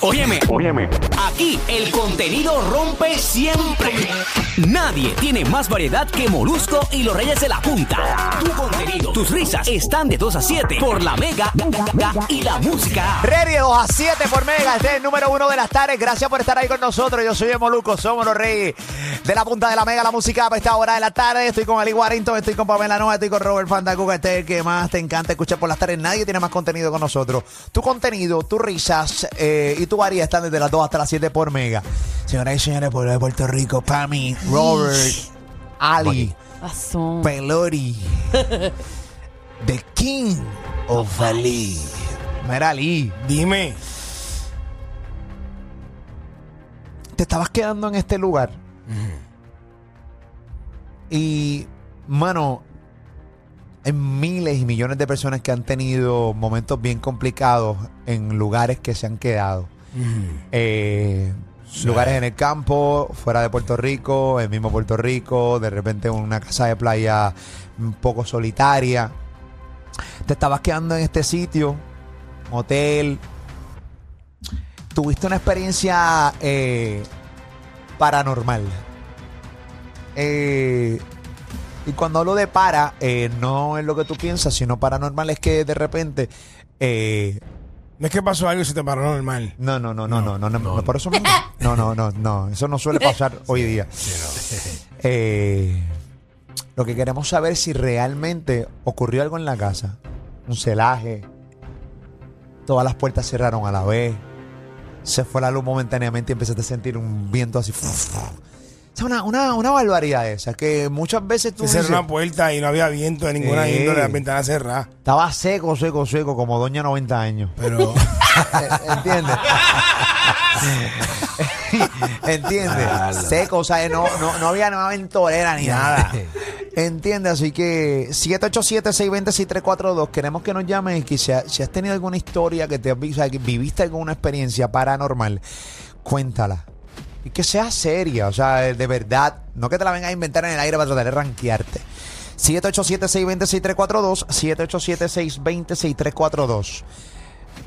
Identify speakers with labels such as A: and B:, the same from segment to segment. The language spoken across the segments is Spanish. A: Óyeme,
B: Óyeme,
A: aquí el contenido rompe siempre. Nadie tiene más variedad que Molusco y los Reyes de la Punta. Tu contenido, tus risas están de 2 a 7 por la Mega y la música.
C: Ready 2 a 7 por Mega, este es el número uno de las tardes. Gracias por estar ahí con nosotros. Yo soy Moluco, somos los reyes de la punta de la Mega, la música para esta hora de la tarde. Estoy con Ali Warrington, estoy con Pamela Noa, estoy con Robert Fandacuga. Este es el que más te encanta escuchar por las tardes. Nadie tiene más contenido con nosotros. Tu contenido, tus risas eh, y tu variedad están desde las 2 hasta las 7 por Mega. Señoras y señores, pueblo de Puerto Rico, Pami, Robert, Ali,
D: Pasó.
C: Pelori, The King of Ali. Mira, Ali.
E: Dime.
C: te estabas quedando en este lugar. Y, mano, hay miles y millones de personas que han tenido momentos bien complicados en lugares que se han quedado. Eh, Lugares en el campo, fuera de Puerto Rico, el mismo Puerto Rico, de repente una casa de playa un poco solitaria. Te estabas quedando en este sitio, hotel, tuviste una experiencia eh, paranormal. Eh, y cuando hablo de para, eh, no es lo que tú piensas, sino paranormal es que de repente... eh,
E: No es que pasó algo y se te paró normal.
C: no, no, no, no, no, no, no, no, por eso mismo. No, no, no, no, eso no suele pasar hoy día. Eh, lo que queremos saber es si realmente ocurrió algo en la casa. Un celaje. Todas las puertas cerraron a la vez. Se fue la luz momentáneamente y empezaste a sentir un viento así. O sea, una, una, una barbaridad esa, que muchas veces tú
E: Se cerró
C: dices,
E: una puerta y no había viento de ninguna
C: Sí.
E: índole, la ventana cerrada.
C: estaba seco, seco, seco, como doña 90 años.
E: Pero
C: ¿Entiendes? ¿Entiendes? Seco, o sea, no, no, no había nada ventolera ni nada. ¿Entiendes? Así que 787-620-6342, queremos que nos llames y que si, ha- si has tenido alguna historia que te has vi- o sea, que viviste alguna experiencia paranormal, cuéntala. Y que sea seria, o sea, de verdad, no que te la vengas a inventar en el aire para tratar de ranquearte. 787-620-6342, 787-620-6342.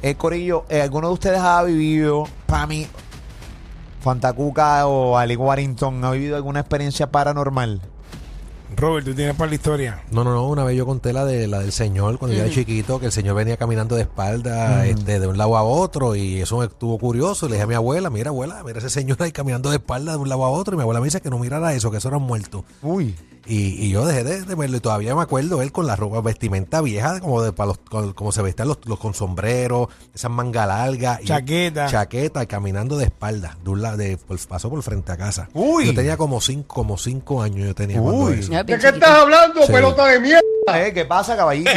C: Eh, Corillo, eh, ¿alguno de ustedes ha vivido, Pami, Fantacuca o Ali Warrington, ha vivido alguna experiencia paranormal?
E: Robert, tú tienes para la historia.
F: No, no, no, una vez yo conté la, de, la del señor cuando yo era chiquito, que el señor venía caminando de espalda este, de un lado a otro y eso me estuvo curioso. Y le dije a mi abuela, mira abuela, mira ese señor ahí caminando de espalda de un lado a otro y mi abuela me dice que no mirara eso, que eso era muerto.
C: Uy.
F: Y, y yo dejé de, de verlo y todavía me acuerdo él con la ropa, vestimenta vieja, como de para los, con- como se vestían los, los con sombreros, esas mangas largas. y-
E: Chaqueta.
F: chaqueta, caminando de espalda, de un lado, de, por- pasó por frente a casa.
E: Uy.
F: Yo tenía como cinco, como cinco años yo tenía cuando
C: Uy.
F: eso.
D: Ya, bien chiquito.
E: hablando,
F: Sí. pelota
E: de mierda?
F: Ah.
C: Eh, ¿Qué pasa, caballito?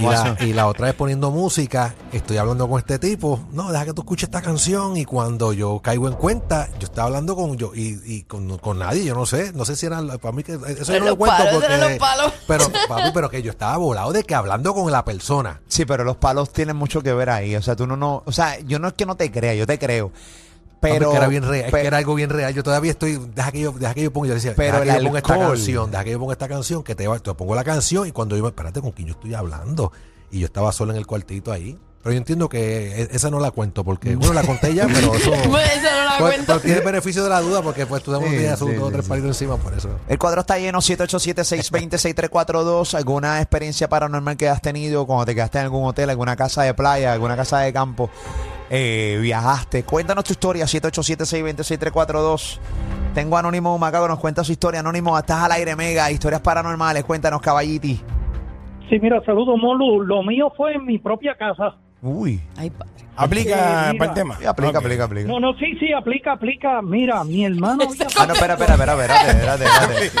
F: Y la, y la otra vez poniendo música, estoy hablando con este tipo, no, deja que tú escuches esta canción y cuando yo caigo en cuenta, yo estaba hablando con yo y, y con, con nadie, yo no sé, no sé si era para mí que eso yo no
D: Eran
F: lo
D: los
F: cuento
D: palos,
F: porque
D: eran los palos.
F: pero papi, pero que yo estaba volado de que hablando con la persona.
C: Sí, pero los palos tienen mucho que ver ahí. O sea, tú no, no, o sea, yo no es que no te crea, yo te creo.
F: Papi,
C: Pero,
F: pues que Ah, era bien real, es
C: pe-
F: que era algo bien real. Yo todavía estoy, deja que yo, deja que yo ponga, yo decía,
C: Pero
F: deja que
C: el
F: yo ponga esta
C: alcohol.
F: canción, deja que yo ponga esta canción, que te, va- te pongo la canción y cuando yo me, espérate, ¿con quién yo estoy hablando? Y yo estaba solo en el cuartito ahí. Pero yo entiendo que e- esa no la cuento porque, bueno, la conté ya, pero eso...
D: Pues, esa no la
F: Pues,
D: cuento.
F: pues tiene el beneficio de la duda porque pues tú
C: Sí,
F: también tienes
C: sí,
F: un
C: sí,
F: dos o tres
C: sí.
F: palitos encima por eso.
C: El cuadro está lleno, 787-620-6342. ¿Alguna experiencia paranormal que has tenido cuando te quedaste en algún hotel, alguna casa de playa, alguna casa de campo? eh, viajaste. Cuéntanos tu historia, 787-620-6342. Tengo a Anónimo de Humacao que nos cuenta su historia. Anónimo, estás al aire mega, historias paranormales. Cuéntanos, caballiti.
B: Sí, mira, saludo Molu. Lo mío fue en mi propia casa.
C: Uy.
D: Ay, padre.
C: Ah,
E: Aplica
B: Eh, mira.
E: para el tema.
C: Sí, aplica,
E: Ok.
C: aplica, aplica.
B: No, no, sí, sí, aplica, aplica. Mira, mi hermano. había-
C: Ah, no, espera, espera, espera, espérate, espérate, espérate.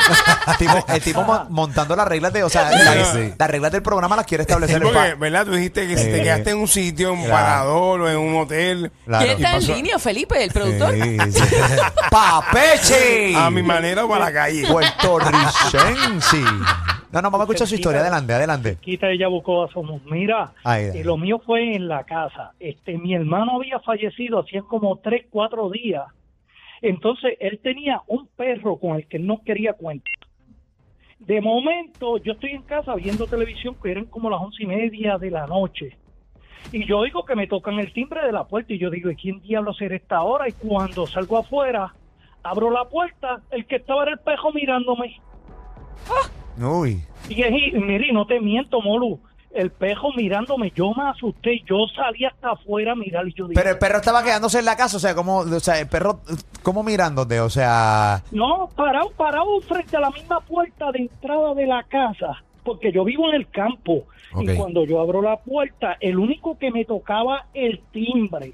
C: El tipo, el tipo mo- montando las reglas de, o sea, las,
E: sí.
C: las reglas del programa las quiere
E: Sí,
C: establecer el
E: porque,
C: pa-
E: ¿verdad? Tú dijiste que si
C: Eh,
E: te quedaste en un sitio, en un
C: claro.
E: parador o en un hotel.
C: Claro.
D: ¿Quién está
E: Y pasó-
D: en línea, Felipe, el productor?
C: Sí, sí. ¡Papeche!
E: A mi manera o para la calle.
C: Puertorricense. No, no, vamos a escuchar su historia. Adelante, adelante.
B: Quita ella buscó a Somos. Mira,
C: Ahí, ahí.
B: y Eh, lo mío fue en la casa. Este, mi hermano había fallecido hacía como tres, cuatro días. Entonces, él tenía un perro con el que él no quería cuenta. De momento, yo estoy en casa viendo televisión, que eran como las once y media de la noche. Y yo digo que me tocan el timbre de la puerta y yo digo, ¿y quién diablos será esta hora? Y cuando salgo afuera, abro la puerta, el que estaba era el perro mirándome.
C: Uy.
B: Y es, y, mire, y no te miento, Molu. El pejo mirándome, yo me asusté, y yo salí hasta afuera a mirar y yo dije,
C: Pero el perro estaba quedándose en la casa, o sea, como, o sea, el perro, como mirándote, o sea,
B: no, parado, parado frente a la misma puerta de entrada de la casa, porque yo vivo en el campo.
F: Ok.
B: Y cuando yo abro la puerta, el único que me tocaba el timbre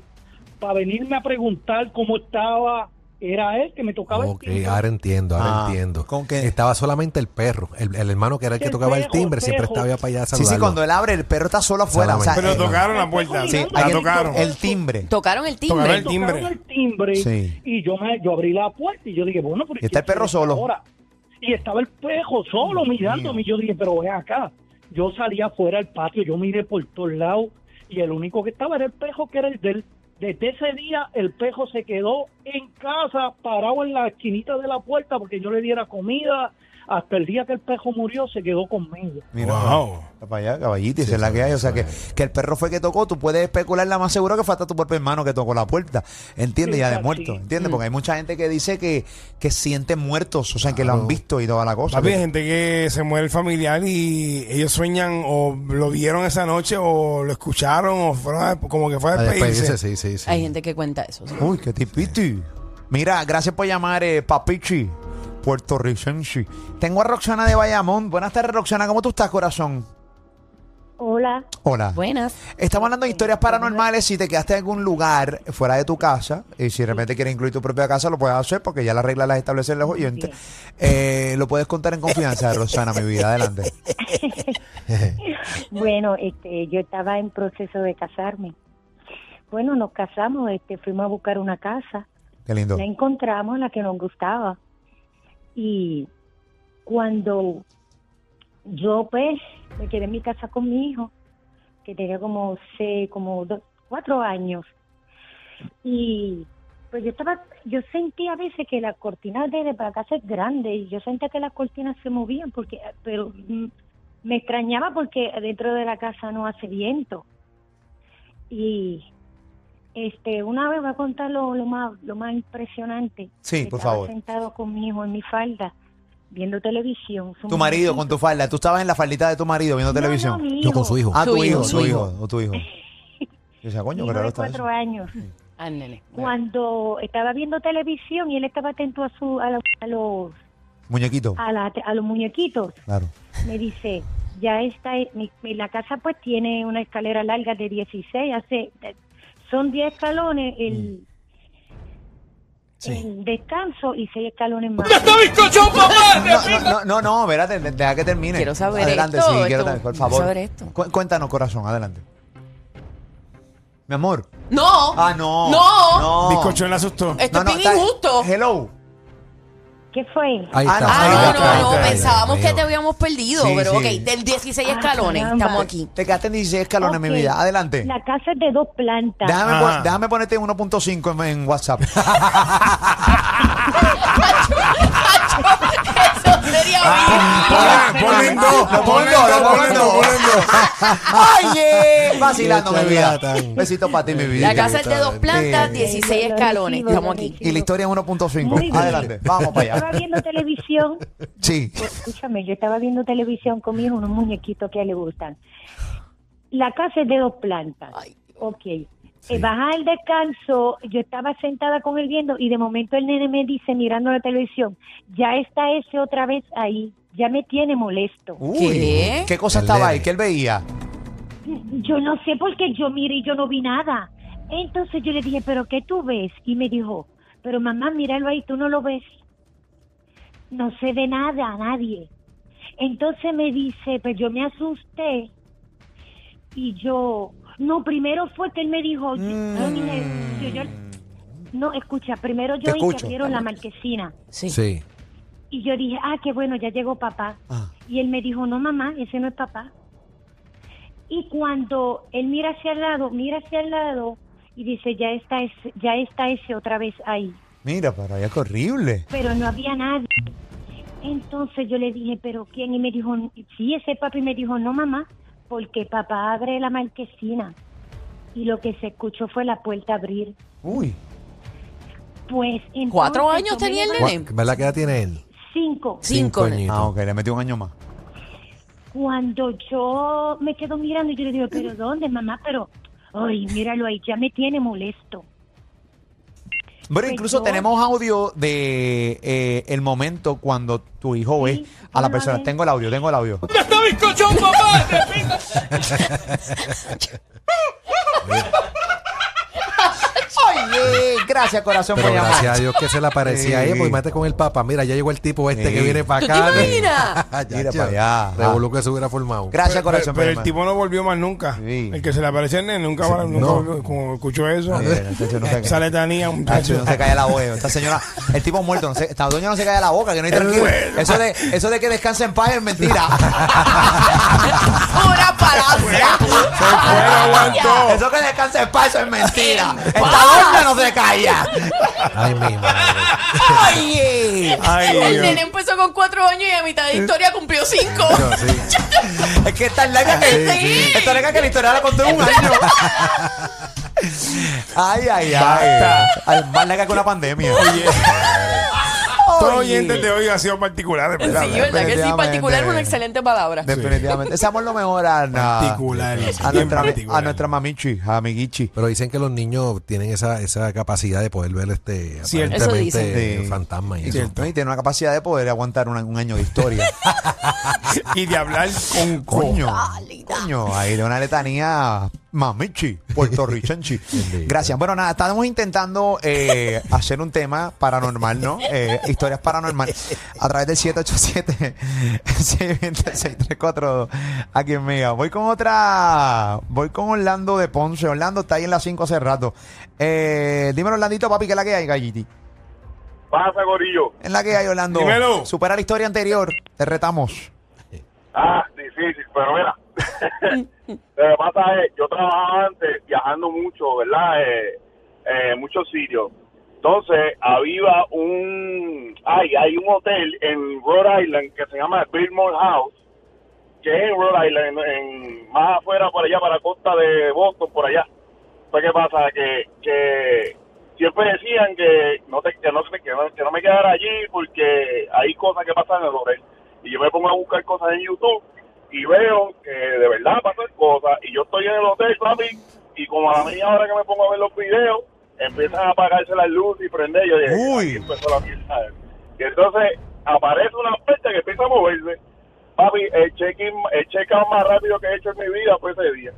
B: para venirme a preguntar cómo estaba, era él que me tocaba
F: Ok,
B: el timbre.
F: ahora entiendo, ahora
C: Ah,
F: entiendo.
C: ¿con qué?
F: Estaba solamente el perro, el, el hermano que era el que
B: El
F: tocaba el
B: perro,
F: timbre, siempre
B: perro.
F: estaba allá para allá a
C: sí, sí,
F: saludarlo.
C: cuando él abre, el perro está solo afuera, o sea,
E: Pero
C: eh,
E: tocaron la puerta.
C: sí,
B: La
C: ahí el-
E: tocaron.
C: el timbre.
D: Tocaron el timbre.
E: Tocaron el
B: Me
E: timbre.
B: tocaron el timbre
C: Sí.
B: y yo me yo abrí la puerta y yo dije, bueno, pero
C: Y está el perro solo.
B: ahora? Y estaba el perro solo mirándome y yo dije, pero ven acá. Yo salí afuera al patio, yo miré por todos lados y el único que estaba era el perro que era el del desde ese día el pejo se quedó en casa parado en la esquinita de la puerta porque yo le diera comida. Hasta el día que el pejo murió se quedó conmigo.
C: Mira,
E: Wow.
C: para allá, caballito, esa es la que hay. O sea, que, que el perro fue que tocó. Tú puedes especular la más segura que fue hasta tu propio hermano que tocó la puerta. ¿Entiendes? Ya de
B: Exacto,
C: muerto.
B: sí.
C: ¿Entiendes? Porque hay mucha gente que dice que, que sienten muertos, o sea, que lo han visto y toda la cosa.
E: Papi, hay
C: Que-
E: gente que se muere el familiar y ellos sueñan o lo vieron esa noche o lo escucharon o fueron a- como que fue a
F: A
E: despedirse.
F: despedirse, sí, sí, sí.
D: Hay gente que cuenta eso. sí.
C: Uy, qué tipito. Mira, gracias por llamar, eh, Papichi, puertorricense. Tengo a Roxana de Bayamón. Buenas tardes, Roxana. ¿Cómo tú estás, corazón?
G: Hola,
C: Hola.
D: Buenas.
C: Estamos hablando de historias paranormales. Si te quedaste en algún lugar fuera de tu casa y si de repente quieres incluir tu propia casa, lo puedes hacer porque ya las reglas las establecen los oyentes. Eh, lo puedes contar en confianza, Rosana, mi vida. Adelante.
G: bueno, este, yo estaba en proceso de casarme. Bueno, nos casamos, este, fuimos a buscar una casa,
C: Qué lindo.
G: la encontramos, la que nos gustaba. Y cuando yo, pues, me quedé en mi casa con mi hijo, que tenía como, seis, como do- cuatro años, y pues yo estaba, yo sentía a veces que las cortinas de la casa es grande y yo sentía que las cortinas se movían porque, pero mm, me extrañaba porque dentro de la casa no hace viento. Y este, una vez voy a contar lo, lo más, lo más impresionante.
C: Sí, por
G: Estaba
C: favor.
G: sentado con mi hijo en mi falda, viendo televisión.
C: Tu marido con tu falda. Tú estabas en la faldita de tu marido viendo televisión.
F: Yo con su hijo.
C: Ah, tu
D: Su
C: hijo,
D: hijo,
C: tu
D: su
C: hijo, o tu hijo. Yo decía, coño,
G: Mi hijo
C: pero ahora
G: de
C: está
G: cuatro
C: eso.
G: años.
D: Ah, nene.
G: Cuando estaba viendo televisión y él estaba atento a, su, a, lo- a los,
C: Muñequito.
D: Ah.
G: a, la- a los muñequitos,
C: Claro.
G: me dice, ya está, eh, mi, mi- la casa pues tiene una escalera larga de 16, hace, eh, son 10 escalones el,
C: Mm.
G: el descanso y 6 escalones más.
C: No, no, no, no, no, espérate, de- deja que termine.
D: Quiero saber
C: adelante,
D: esto,
C: sí, quiero
D: esto.
C: saber, por
D: Quiero
C: favor.
D: saber esto.
C: Cu- cuéntanos, corazón, adelante. Mi amor.
D: ¡No!
C: Ah, no.
D: ¡No!
C: No.
E: Bizcochón la asustó.
D: Esto es bien
C: está-
D: injusto.
C: Hello.
G: ¿Qué fue?
F: Ahí
C: Ah,
F: está.
D: Ah,
F: ahí
D: no,
F: está, ahí
D: no,
F: está,
D: no.
F: ahí está.
D: Pensábamos
F: Dios
D: que te
F: mío.
D: habíamos perdido,
C: Sí,
D: pero
C: sí.
D: ok, del 16
G: Ah,
D: escalones
G: caramba.
D: estamos aquí.
C: Te quedaste en 16 escalones,
G: Ok.
C: mi vida. Adelante.
G: La casa es de dos plantas.
C: Déjame,
D: Ah.
E: Ajá.
F: Ah.
C: pon- déjame ponerte en 1.5 en, en WhatsApp.
D: Eso sería
C: Ah,
E: Ponle- ponle en dos,
C: Lo pongo,
E: ponle en dos,
C: lo
E: ponle en
C: pongo.
E: dos, ponle en dos.
C: Oye, vacilando, mi vida.
F: charlatán.
C: Besito para ti, mi vida.
D: La casa es de dos plantas,
C: Sí.
D: 16 escalones.
G: Lo
D: Estamos
G: recibo,
D: aquí.
C: Y la historia es
G: Muy
C: 1.5.
G: bien.
C: Adelante, vamos para
G: Estaba
C: allá.
G: viendo televisión
C: Sí.
G: Escúchame, yo estaba viendo televisión conmigo, unos muñequitos que a él le gustan. La casa es de dos plantas.
D: Ay.
G: Ok. Eh, baja el descanso, yo estaba sentada con él viendo y de momento el nene me dice mirando la televisión, ya está ese otra vez ahí, ya me tiene molesto.
D: ¿Qué?
C: ¿Qué cosa
F: El
C: estaba
F: nene.
C: ahí? ¿Qué él veía?
G: Yo no sé por qué yo miré y yo no vi nada. Entonces yo le dije, ¿pero qué tú ves? Y me dijo, pero mamá, míralo ahí, tú no lo ves. No se ve nada, a nadie. Entonces me dice, pues yo me asusté. Y yo, no, primero fue que él me dijo, yo- yo dije, yo- yo- no, escucha, primero
C: Mm. Te
G: yo oí que
C: escucho.
G: abrieron la marquesina.
D: Sí.
F: Sí.
G: Y yo dije, ah, qué bueno, ya llegó papá.
C: Ah.
G: Y él me dijo, no, mamá, ese no es papá. Y cuando él mira hacia el lado, mira hacia el lado y dice, ya está ese, ya está ese otra vez ahí.
C: Mira, para allá, qué horrible.
G: Pero no había nadie. Entonces yo le dije, pero ¿quién? Y me dijo, sí, ese papi. Y me dijo, no, mamá, porque papá abre la marquesina. Y lo que se escuchó fue la puerta abrir.
C: Uy.
G: Pues entonces,
D: ¿Cuatro años
G: yo me
D: tenía el
G: levanté-
F: Gua-
D: nene?
F: ¿Verdad que edad tiene él?
G: Cinco.
D: Cinco.
F: añitos.
C: Ah, ok, le metió un año más.
G: cuando yo me quedo mirando, yo le digo, ¿pero dónde, mamá? Pero, ay, míralo ahí, ya me tiene molesto.
C: Bueno,
G: Pues
C: incluso
G: yo-
C: tenemos audio de eh, el momento cuando tu hijo ve a la
G: hola,
C: persona.
G: ve.
C: Tengo el audio, tengo el audio. Oye, gracias corazón
F: Pero
C: por llamar.
F: gracias a Dios que se le aparecía a ella,
C: Sí.
F: porque mate con el papa. Mira, ya llegó el tipo este
C: Sí.
F: que viene para
D: ¿Tú te
F: acá.
D: imaginas?
F: Ya,
C: Mira
F: ya,
C: para allá.
F: Revolú que se hubiera formado.
C: Gracias
H: Pero,
C: corazón
H: pero
C: por
H: el
C: llamar.
H: tipo no volvió más nunca.
C: Sí.
H: El que se le apareció al nene nunca, va- nunca
F: no.
H: volvió. Como escuchó eso,
C: Ah, bueno, entonces no se-
H: esa letanía,
C: Nacho,
H: muchacho.
C: no se calla la boca. Esta señora, el tipo muerto, no se, esta doña no se calla la boca, que no hay tranquilo. Eso de, eso de que descanse en paz es mentira.
D: ¡Una palabra!
C: eso que descanse en paz eso es mentira. Esta doña no se calla.
F: Ay, mi madre.
D: ¡Oye!
H: Ay,
D: el
H: Dios.
D: nene empezó con cuatro años y a mitad de historia cumplió cinco.
F: Pero sí.
C: Es que es tan larga que,
D: Sí, sí.
C: es tan larga que la historia la contó en un año. Ay, ay, ay. Ay, más larga que una pandemia.
H: Todo
C: Oye.
H: oyente de hoy ha sido particular,
D: Sí,
H: ¿verdad?
D: ¿verdad que sí?
C: definitivamente.
D: Particular es una excelente palabra.
C: Definitivamente. Deseamos lo mejor a, na-
H: Particular,
C: a,
H: bien
C: nuestra,
H: particular.
C: a nuestra mamichi, a amiguichi.
F: Pero dicen que los niños tienen esa, esa capacidad de poder ver este
H: Cierto.
D: Eso dicen.
F: aparentemente,
C: Sí.
F: fantasma y
C: Y,
F: eso.
C: tú- y tiene una capacidad de poder aguantar una- un año de historia.
H: Y de hablar con
C: coño. Coño, ahí de una letanía mamichi, puertorricenchi. Gracias. Bueno, nada, estamos intentando eh, hacer un tema paranormal, ¿no? Eh, historias paranormales a través del 787 620 Aquí en Mega. Voy con otra. Voy con Orlando de Ponce. Orlando está ahí en las 5 hace rato. Eh, dímelo, Orlandito, papi, ¿qué es la que hay, Galliti?
E: Pasa, Gorillo.
C: En la que hay, Orlando.
H: Dímelo.
C: Supera la historia anterior. Te retamos.
E: Ah, difícil, pero mira. Lo que pasa es, yo trabajaba antes viajando mucho, ¿verdad? Eh, eh, muchos sitios. Entonces, había un. Ay, hay un hotel en Rhode Island que se llama Billmore House, que es en Rhode Island, en- más afuera, por allá, para la costa de Boston, por allá. Entonces, Pues, ¿qué pasa? Que, que siempre decían que no, te, que, no, que, no, que no me quedara allí porque hay cosas que pasan en el hotel. Y yo me pongo a buscar cosas en YouTube y veo que de verdad pasan cosas. Y yo estoy en el hotel, papi, y como a la media hora que me pongo a ver los videos, empiezan a apagarse las luces y prender. Yo dije,
C: Uy.
E: "Aquí empezó la mierda". Y entonces aparece una fecha que empieza a moverse. Papi, el check-in, el check-out más rápido que he hecho en mi vida fue ese día.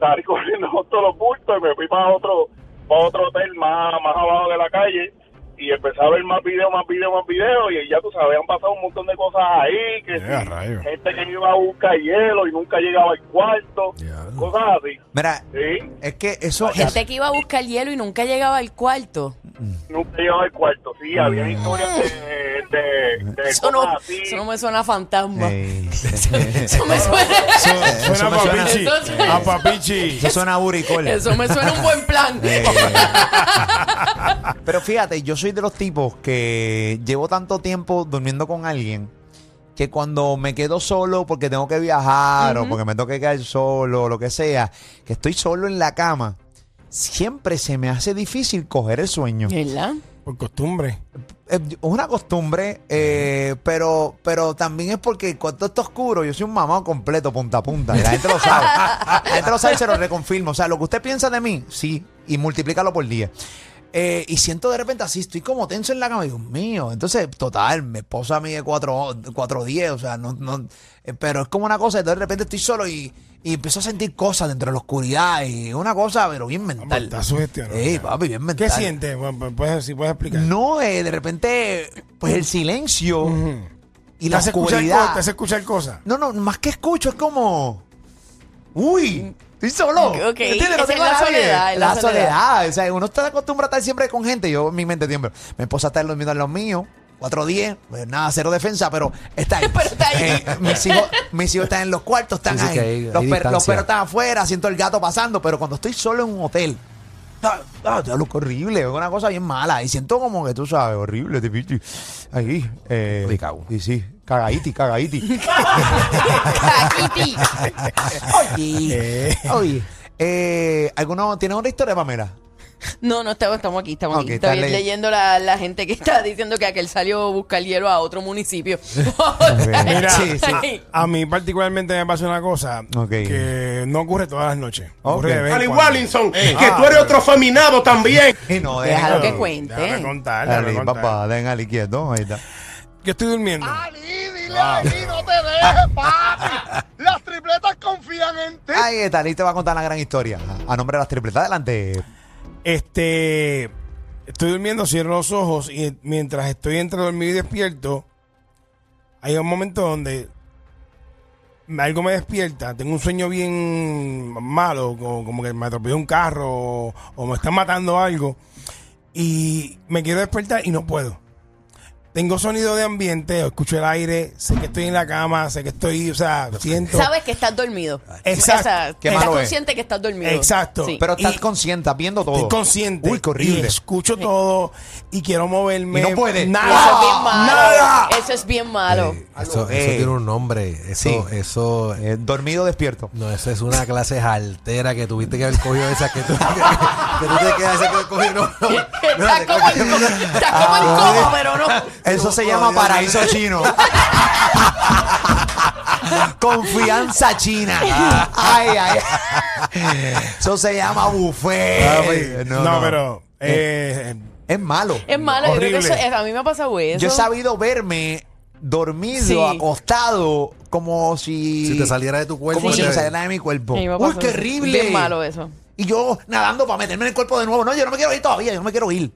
E: Salí corriendo con todos los bultos y me fui para otro, para otro hotel más, más abajo de la calle y empecé a ver más videos, más videos, más videos y ya tú sabes, han pasado un montón de cosas ahí, que
H: Ya,
E: sí,
H: rayo.
E: gente que iba a buscar hielo y nunca llegaba al cuarto,
F: Diablo.
E: cosas así.
C: Mira,
E: Sí,
C: es que eso. es-
D: Gente que iba a buscar hielo y nunca llegaba al cuarto.
E: nunca llegaba al cuarto, sí, había historias de, de, de
D: Eso no,
E: cosas así.
D: eso no me suena a fantasma.
C: Ey.
D: Eso me suena.
H: Suena Ah,
C: Eso me
H: a
C: suena-
H: papichi.
D: Eso suena-
H: A papichi.
C: Eso suena a buricol.
D: Eso me suena un buen plan.
C: Eh, Pero fíjate, yo soy de los tipos que llevo tanto tiempo durmiendo con alguien que cuando me quedo solo porque tengo que viajar o porque me tengo que quedar solo o lo que sea, que estoy solo en la cama, siempre se me hace difícil coger el sueño.
D: ¿Verdad?
H: Por costumbre.
C: Es una costumbre, eh, pero, pero también es porque cuando está oscuro, yo soy un mamado completo, punta a punta. y La gente lo sabe. La gente lo sabe y se lo reconfirmo. O sea, lo que usted piensa de mí, sí, y multiplícalo por 10. Eh, y siento de repente así, estoy como tenso en la cama, Dios mío. Entonces, total, mi esposa mide 4'10, cuatro, o sea, no, no, eh, pero es como una cosa, entonces de repente estoy solo y, y empiezo a sentir cosas dentro de la oscuridad y una cosa, pero bien mental.
E: Está sugestionado.
C: Ey, papi, bien mental.
E: ¿Qué sientes? Bueno, pues, puedes- si puedes explicar.
C: No, eh, de repente, pues el silencio y
E: Te
C: la
E: hace escuchar
C: oscuridad.
E: co- Te hace escuchar cosas.
C: No, no, más que escucho, es como. Uy, estoy solo.
D: Ok, ok.
C: ¿Entiendes?
D: Esa
C: No
D: es
C: tengo
D: la
C: a nadie.
D: soledad, es
C: La,
D: la
C: soledad.
D: soledad.
C: Ah, O sea, uno está acostumbrado a estar siempre con gente. Yo en mi mente siempre. Mi esposa está durmiendo en los míos. 4-10, pues nada, cero defensa, pero está ahí.
D: Pero está ahí.
C: Eh, mis, hijos, mis hijos están en los cuartos, están
F: Sí, sí,
C: ahí.
F: que hay-
C: los, per-
F: hay
C: los
F: distancia.
C: perros están afuera, siento el gato pasando, pero cuando estoy solo en un hotel, ah, ah, diablo, qué horrible, es una cosa bien mala. Y siento como que tú sabes, horrible, te pichi. Ahí, eh.
F: Complicado.
C: Y sí, cagaiti, cagaiti.
D: Caquiti.
C: Oye, oye. Eh, ¿alguno tiene otra historia, Pamela?
D: No, no estamos, estamos aquí, estamos
C: Ok,
D: aquí. Estoy
C: está ley-
D: leyendo la, la gente que está diciendo que aquel salió a buscar hielo a otro municipio.
E: Mira,
C: Sí, sí.
D: Ay,
E: a, a mí particularmente me pasa una cosa
C: Ok.
E: que no ocurre todas las noches. Ocurre
C: Ok.
E: de vez en
I: Al
E: cuando.
I: Wallinson,
E: Eh,
I: que
E: ah,
I: tú eres otro feminado también.
C: Y no,
D: Déjalo que
E: pero-
D: cuente.
E: déjame contar, déjame
C: Ali,
E: contar.
C: papá, den Ali quieto. Ahí está.
E: Yo estoy durmiendo.
I: dile Ali, no te dejes, papi. Las tripletas confían en ti.
C: Ahí está, Ali te va a contar la gran historia. A nombre de las tripletas, adelante.
E: Este, estoy durmiendo, cierro los ojos y mientras estoy entre dormido y despierto, hay un momento donde algo me despierta. Tengo un sueño bien malo, como, como que me atropelló un carro o, o me están matando algo. Y me quiero despertar y no puedo. Tengo sonido de ambiente, escucho el aire, sé que estoy en la cama, sé que estoy, o sea, siento.
D: Sabes que estás dormido.
E: Exacto.
D: O sea,
C: Qué
D: estás
C: malo es.
D: consciente que estás dormido.
E: Exacto.
D: Sí.
C: Pero estás
E: Y-
C: consciente, estás viendo todo.
E: Estoy consciente.
C: Uy, qué
E: Y
C: horrible.
E: escucho todo y quiero moverme.
C: Y no puede.
D: Eso es
E: Nada.
C: Ah,
D: bien malo.
E: Nada.
D: Eso es bien malo.
F: Eh, eso, eso
C: Eh.
F: tiene un nombre. Eso,
C: Sí.
F: eso.
C: Eh, dormido, despierto.
F: No, eso es una clase altera que tuviste que haber cogido esa que tú, que,
C: Eh.
F: tú te quedas esa que cogido. No, no, no,
D: Estás
F: te
D: como el
F: cogió.
D: estás como
C: Ah,
D: el cojo, pero no.
C: Eso se
F: Oh,
C: llama
F: Dios mío.
C: paraíso chino. Confianza china. Ay, ay. Eso se llama
F: Ah,
C: buffet.
E: No, pero. eh,
C: Es malo.
D: Es malo. Yo creo que
E: Horrible.
D: eso- a mí me ha pasado eso.
C: Yo he sabido verme dormido,
D: Sí.
C: acostado, como si.
F: Si te saliera de tu cuerpo,
C: Como si
F: te-
C: me saliera de mi cuerpo.
D: A mí me ha
C: Uy,
D: pasado
C: qué
D: eso.
C: horrible.
D: Bien malo eso.
C: Y yo nadando para meterme en el cuerpo de nuevo. No, yo no me quiero ir todavía, yo no me quiero ir.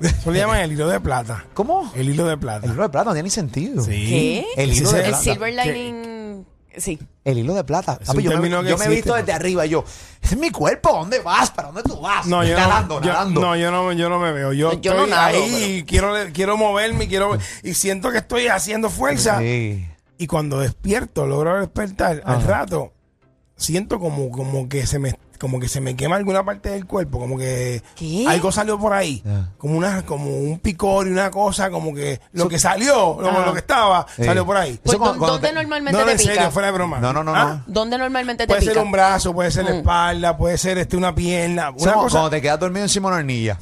E: eso le llaman el hilo de plata.
C: ¿Cómo?
E: El hilo de plata.
C: El hilo de plata no tiene ni sentido.
E: Sí.
D: ¿Qué?
C: El
E: Así
C: hilo
E: se-
C: de
D: El
C: plata.
D: silver lining. Sí.
C: El hilo de plata.
E: Es
C: Papi,
E: un
C: yo me,
E: término que
C: yo me he visto desde
E: existe.
C: arriba y yo, es mi cuerpo, ¿dónde vas? ¿Para dónde tú vas?
E: No, yo
C: nadando,
E: no, yo-
C: nadando.
E: no, yo no, yo no me veo. Yo,
D: Yo no
E: estoy
D: nado,
E: ahí y quiero, quiero moverme y quiero y siento que estoy haciendo fuerza.
C: Sí.
E: Y cuando despierto, logro despertar al rato, siento como, como que se me como que se me quema alguna parte del cuerpo, como que
D: ¿Qué?
E: algo salió por ahí,
C: Ya.
E: como una como un picor y una cosa, como que lo que salió, lo, lo que estaba,
C: Ah. Sí.
E: salió por ahí.
C: Eso
D: Pues,
C: cuando-
D: ¿dó-
C: cuando
D: ¿Dónde
C: te-
D: normalmente
E: No, no,
D: te
E: en serio,
D: pica?
E: fuera de broma.
C: No, no, no,
E: ¿Ah?
C: no.
D: ¿Dónde normalmente te
E: Puede
D: pica?
E: ser un brazo, puede ser la
D: Mm.
E: espalda, puede ser este una pierna,
C: Eso
E: una
C: como
E: cosa.
C: cuando te quedas dormido encima de una hornilla.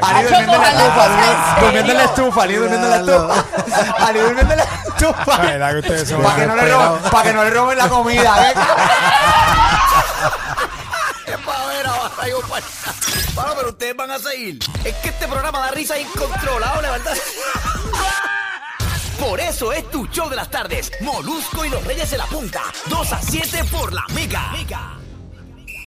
C: Ali
D: Hacho,
C: durmiendo en la
D: ojalá fuera en
C: estufa, durmiendo en la
D: serio.
C: estufa, Ali durmiendo en la estufa. Ali durmiendo en la
E: La
C: estufa.
E: verdad que ustedes son
C: Para que, no le
E: desesperados.
C: roben, para que no le roben la comida. ¿eh?
A: Bueno, pero ustedes van a seguir. Es que este programa da risa incontrolable, ¿verdad? Por eso es tu show de las tardes. Molusco y los Reyes de la Punta. 2 a 7 por la Mega.